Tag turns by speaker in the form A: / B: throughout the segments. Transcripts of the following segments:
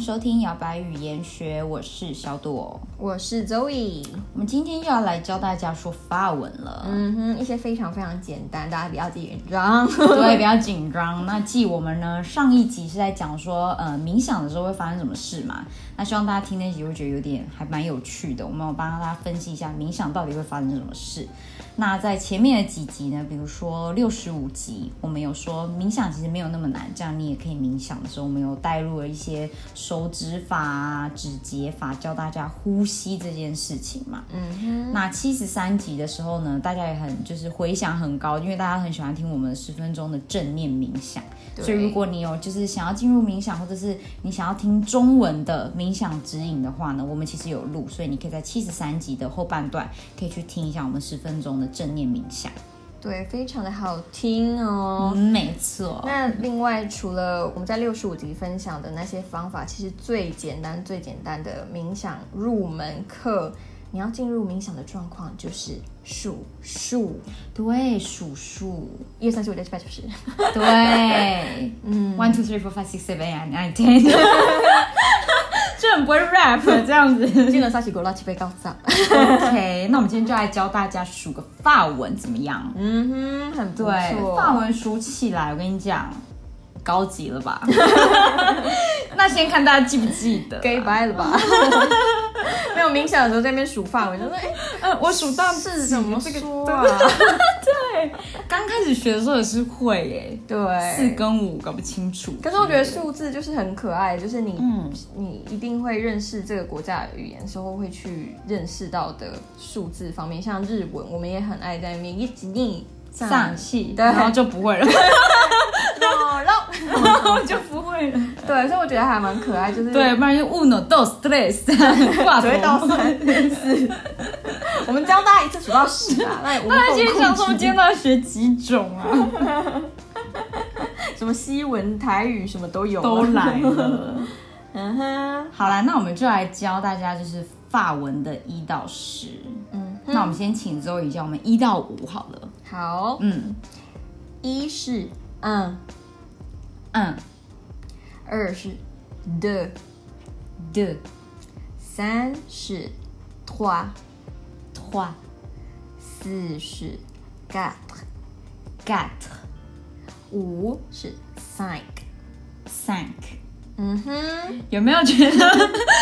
A: 收听摇摆语言学，我是小朵。
B: 我是 Zoe。
A: 我们今天又要来教大家说法文了，
B: 嗯哼，一些非常非常简单，大家不要紧张。
A: 对，不要紧张。那继我们呢上一集是在讲说，呃，冥想的时候会发生什么事嘛？那希望大家听那集会觉得有点还蛮有趣的，我们有帮大家分析一下冥想到底会发生什么事。那在前面的几集呢，比如说六十五集，我们有说冥想其实没有那么难，这样你也可以冥想的时候，我们有带入了一些手指法啊、指节法，教大家呼吸这件事情嘛。
B: 嗯哼，
A: 那七十三集的时候呢，大家也很就是回响很高，因为大家很喜欢听我们十分钟的正念冥想。
B: 对
A: 所以如果你有就是想要进入冥想，或者是你想要听中文的冥想指引的话呢，我们其实有录，所以你可以在七十三集的后半段可以去听一下我们十分钟的正念冥想。
B: 对，非常的好听哦。
A: 嗯，没错。
B: 那另外，除了我们在六十五集分享的那些方法，其实最简单、最简单的冥想入门课，你要进入冥想的状况就是数数，
A: 对，数数，
B: 一二三四五六七八九十。
A: 对， 嗯，one two three four five six seven eight nine ten，就很不会 rap 这样子。
B: 进了沙琪国拉七杯高赞。
A: OK，那我们今天就来教大家数个法文怎么样？
B: 嗯哼，很不
A: 对，
B: 错。
A: 法文数起来，我跟你讲，高级了吧？ 那先看大家记不记得、
B: gay 拜了 吧？没有冥想的时候在那边数法文，就说哎，
A: 呃，我数到
B: 是怎么说
A: 对
B: 啊？
A: 刚开始学的时候也是会耶、
B: 对，
A: 四跟五搞不清楚。
B: 可是我觉得数字就是很可爱，就是你、
A: 嗯
B: 你一定会认识这个国家的语言时候会去认识到的数字方面，像日文，我们也很爱在那边一起念
A: 上气，
B: 对，
A: 然后
B: 然
A: 就不会了，
B: 后
A: 哦然 后就不会了。
B: 对，所以我觉得还蛮可爱，就是
A: 对，不然就 uno dos tres，挂头
B: 只会到三四，我们教大家一次数到十啊，那我们
A: 那今天想说，
B: 什
A: 我们今天都要学几种啊？
B: 什么西文、台语什么都有，啊
A: 都来。 了。
B: 嗯哼，
A: 好啦，那我们就来教大家就是法文的一到十。
B: 嗯，
A: 那我们先请周瑜教我们一到五好了。
B: 好，
A: 嗯
B: 一是嗯，
A: 嗯
B: 二是的，
A: ，deux
B: 三是 trois。
A: trois
B: 四是 quatre，
A: quatre
B: 五是 cinq。
A: cinq，
B: 嗯哼，
A: 有没有觉得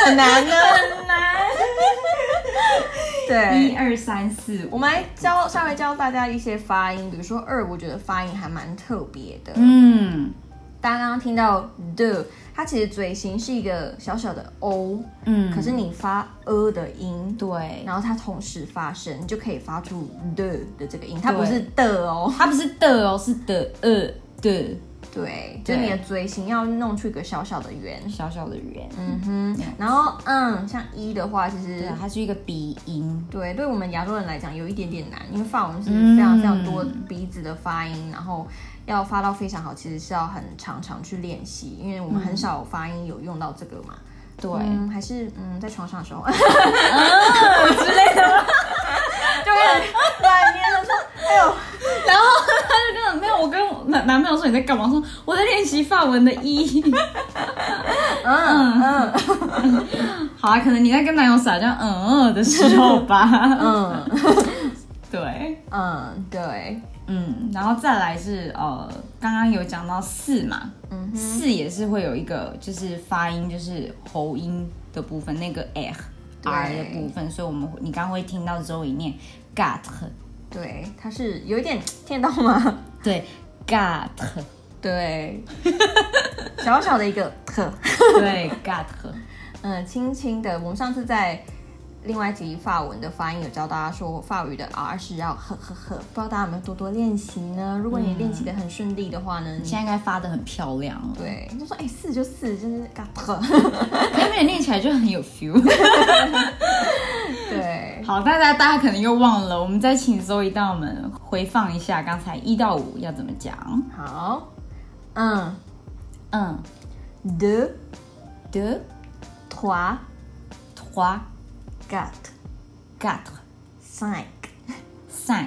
B: 很难呢。
A: 很难？一
B: 对，
A: 二三四
B: 我
A: 五，
B: 们来教稍微教大家一些发音，比如说二，我觉得发音还蛮特别的。
A: 嗯
B: 大家刚刚听到的，它其实嘴型是一个小小的 o，
A: 嗯，
B: 可是你发呃的音。
A: 对，
B: 然后它同时发声，你就可以发出的的这个音，它
A: 对
B: 不是的哦。
A: 它不是的哦，是的呃的
B: 对，
A: 对
B: 就是你的嘴型要弄出一个小小的圆。
A: 小小的圆，
B: 嗯哼，啊然后嗯，像一的话，其实
A: 对，啊它是一个鼻音，
B: 对，对我们亚洲人来讲有一点点难，因为法文是
A: 嗯
B: 非常非常多鼻子的发音，然后要发到非常好，其实是要很常常去练习，因为我们很少发音有用到这个嘛。
A: 对，
B: 嗯，还是嗯，在床上的 时候之类的，就会很乱念的说，哎呦，
A: 然后他就跟我没有，我跟我男男朋友说你在干嘛？我说我在练习法文的一。
B: 嗯嗯
A: 好啊，可能你在跟男友撒娇嗯嗯的时候吧。
B: 嗯
A: 对，
B: 嗯，对，
A: 嗯，然后再来是呃，刚刚有讲到四嘛，
B: 嗯哼
A: 四也是会有一个就是发音就是喉音的部分，那个 r
B: 对
A: r 的部分，所以我们你刚刚会听到周一念 gat，
B: 对，它是有一点听得到吗？
A: 对 gat，
B: 对，小小的一个特。
A: 对 gat，
B: 嗯，轻轻的。我们上次在另外一集法文的发音有教大家说，法语的 R 是要呵呵呵，不知道大家有没有多多练习呢？如果你练习的很顺利的话呢，
A: 现在应该发的很漂亮了，
B: 对，你就说哎四就四，真的嘎 特。
A: 可是念起来就很有 feel。
B: 对，
A: 好，大家大家可能又忘了，我们再请周一到我们回放一下刚才一到五要怎么讲。
B: 好，嗯
A: 嗯
B: ，deux
A: ，deux
B: trois
A: trois
B: quatre
A: quatre
B: cinq。
A: cinq。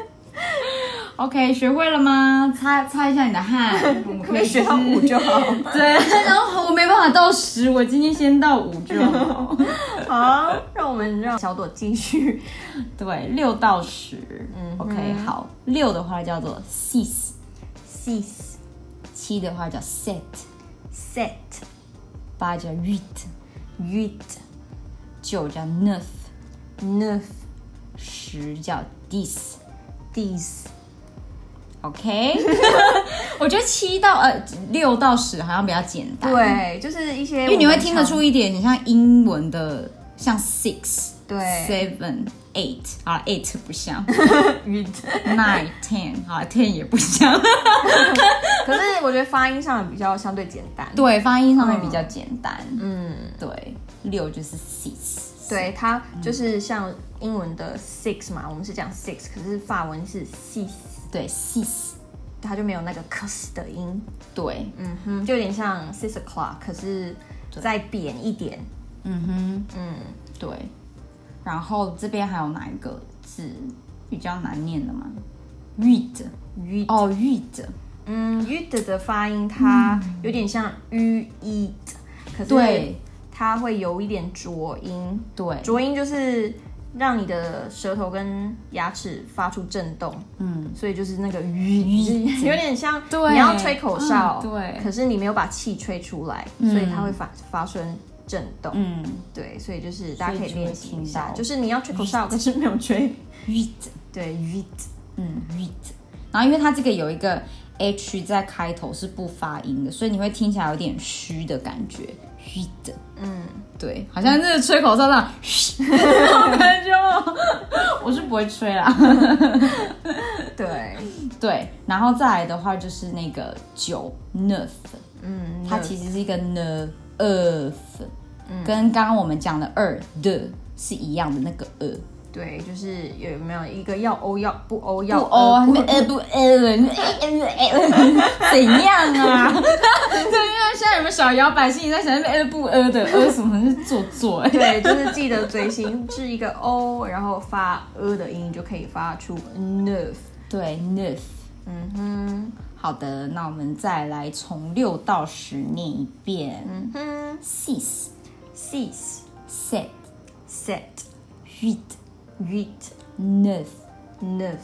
A: OK，学会了吗？擦擦一下你的 汗，我们可以
B: 学到
A: 试
B: 五就好。
A: 对， 然后我没办法到十，我今天先到五就 好。
B: 好，让我们让小朵继续。
A: 对，六到十，
B: 嗯
A: 嗯
B: 哼
A: ，OK，好。六的话叫做 sis，
B: Sis
A: 七的话叫 set，
B: set
A: 八叫 wit，
B: eight
A: 九叫 nerf，
B: nine
A: 十叫 dis。
B: this
A: OK，我觉得七到呃六到十好像比较简单，，
B: 对，就是一些
A: 因为你会听得
B: 我
A: 出
B: 们
A: 一点，你像英文的像 six，
B: 对
A: ，seven eight，啊 eight 不像
B: 常 eight，
A: ，nine ten，好 ten 也不像，
B: 可是我觉得发音上比较相对简单。
A: 对，发音上面比较简单，
B: 嗯，
A: 对，六就是 six，
B: 对，它就是像英文的 six 嘛，我们是讲 six，可是法文是 six，
A: 对 six，
B: 它就没有那个 cos 的音。
A: 对，
B: 嗯哼，就有点像 six o'clock，可是再扁一点。
A: 嗯哼，
B: 嗯，
A: 对，然后这边还有哪一个字比较难念的吗？read，
B: 鱼
A: 哦，read，
B: 嗯 u 的的发音它有点像 u e，可是
A: 对
B: 它会有一点浊音，
A: 对，
B: 浊音就是让你的舌头跟牙齿发出震动，
A: 嗯。
B: 所以就是那个 u 有点像
A: 对
B: 你要吹口哨，
A: 嗯对
B: 可是你没有把气吹出来，
A: 嗯
B: 所以它会发发生震动，
A: 嗯
B: 对，所以就是大家可
A: 所
B: 以
A: 以就会
B: 练习一
A: 听
B: 下，
A: 到
B: 就是你要吹口哨，可是没有吹，
A: ，read，
B: 对 u
A: 嗯，read。然后因为它这个有一个 h 在开头是不发音的，所以你会听起来有点虚的感觉，read。
B: 嗯，
A: 对，好像是吹口哨那样，嘘那种 感觉哦。我是不会吹啦。
B: 对，
A: 对，然后再来的话就是那个九 nerf，
B: 嗯，
A: 它其实是一个 nerf，、跟刚刚我们讲的二的是一样的那个呃。
B: 对，就是有没有一个要欧要不欧
A: 不
B: 要
A: 哦，
B: 呃
A: 还没 呃不呃呃，怎样啊？ 对，因为现在有个小摇摆，心里在想呃不呃的呃什么是做作哎。
B: 对，就是记得嘴型是一个 o，然后发呃的音就可以发出 nerve。
A: 对，nerf。
B: 嗯哼，
A: 好的，那我们再来从六到十念一遍。
B: 嗯哼
A: Sis,
B: ，cease
A: set,
B: set
A: read,
B: read
A: nerf,
B: nerve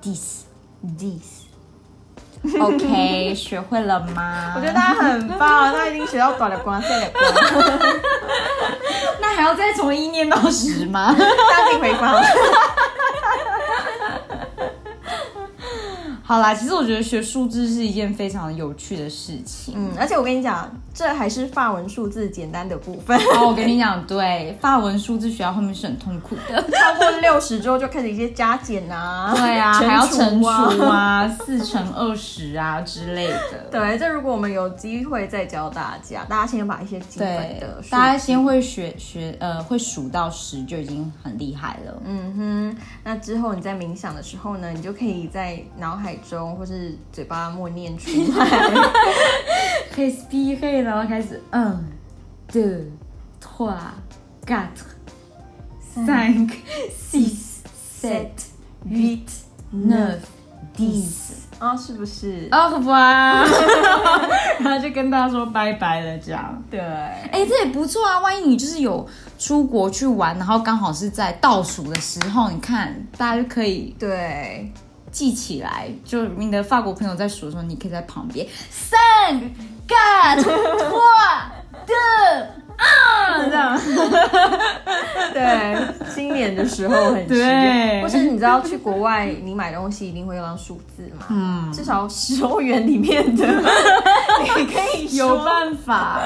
A: dis.
B: this。
A: OK，学会了
B: 我
A: 吗
B: 觉？得他很棒，他已经学到短了光、线了 光，
A: 那还要再从一念到十吗？
B: 大家可以回放。
A: 好啦，其实我觉得学数字是一件非常有趣的事情。
B: 嗯，而且我跟你讲，这还是法文数字简单的部分，
A: 哦，我跟你讲，对，法文数字学到后面是很痛苦的。
B: 超过六十之后就开始一些加减啊，
A: 对 啊，还要乘
B: 除啊。
A: 除啊，四乘二十啊之类的。
B: 对，这如果我们有机会再教大家，大家先把一些基本
A: 对
B: 的数，字，
A: 大家先会学学，呃，会数到十就已经很厉害了。
B: 嗯哼，那之后你在冥想的时候呢，你就可以在脑海中或是嘴巴默念出 来。
A: 开始 P 黑，然后开始嗯，deux, trois, quatre, cinq, six, 嗯 sept, huit, neuf, dix。
B: 啊、是不是？
A: au revoir，然后就跟大家说拜拜了，这样。
B: 对，
A: 哎、这也不错啊！万一你就是有出国去玩，然后刚好是在倒数的时候，你看大家就可以
B: 对，
A: 记起来。就你的法国朋友在数的时候，你可以在旁边，Thank God，哇的啊，这样。
B: 对，新年的时候很实用。
A: 对
B: 或是你知道去国外，你买东西一定会用到数字嘛？嗯，至少十欧元里面的， 你可以说
A: 有办法，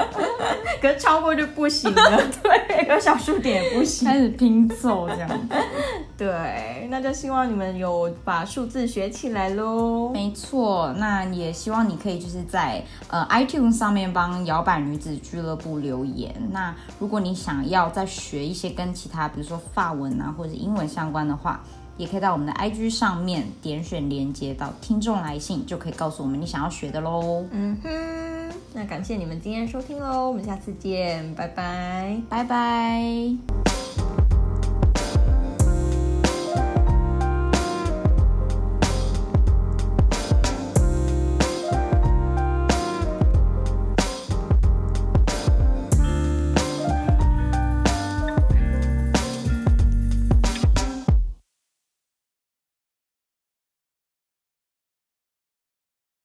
B: 可是超过就不行了。 对，有小数点也不 行。
A: 开始拼凑这样。
B: 对，那就希望你们有把数字学起来喽。
A: 没错，那也希望你可以就是在呃 iTunes 上面帮摇摆女子俱乐部留言。那如果你想要再学一些跟其他，比如说法文啊或者英文相关的话，也可以到我们的 IG 上面点选连接到听众来信，就可以告诉我们你想要学的喽。
B: 嗯哼，哦那感谢你们今天的收听喽，我们下次见，拜拜。
A: 拜拜。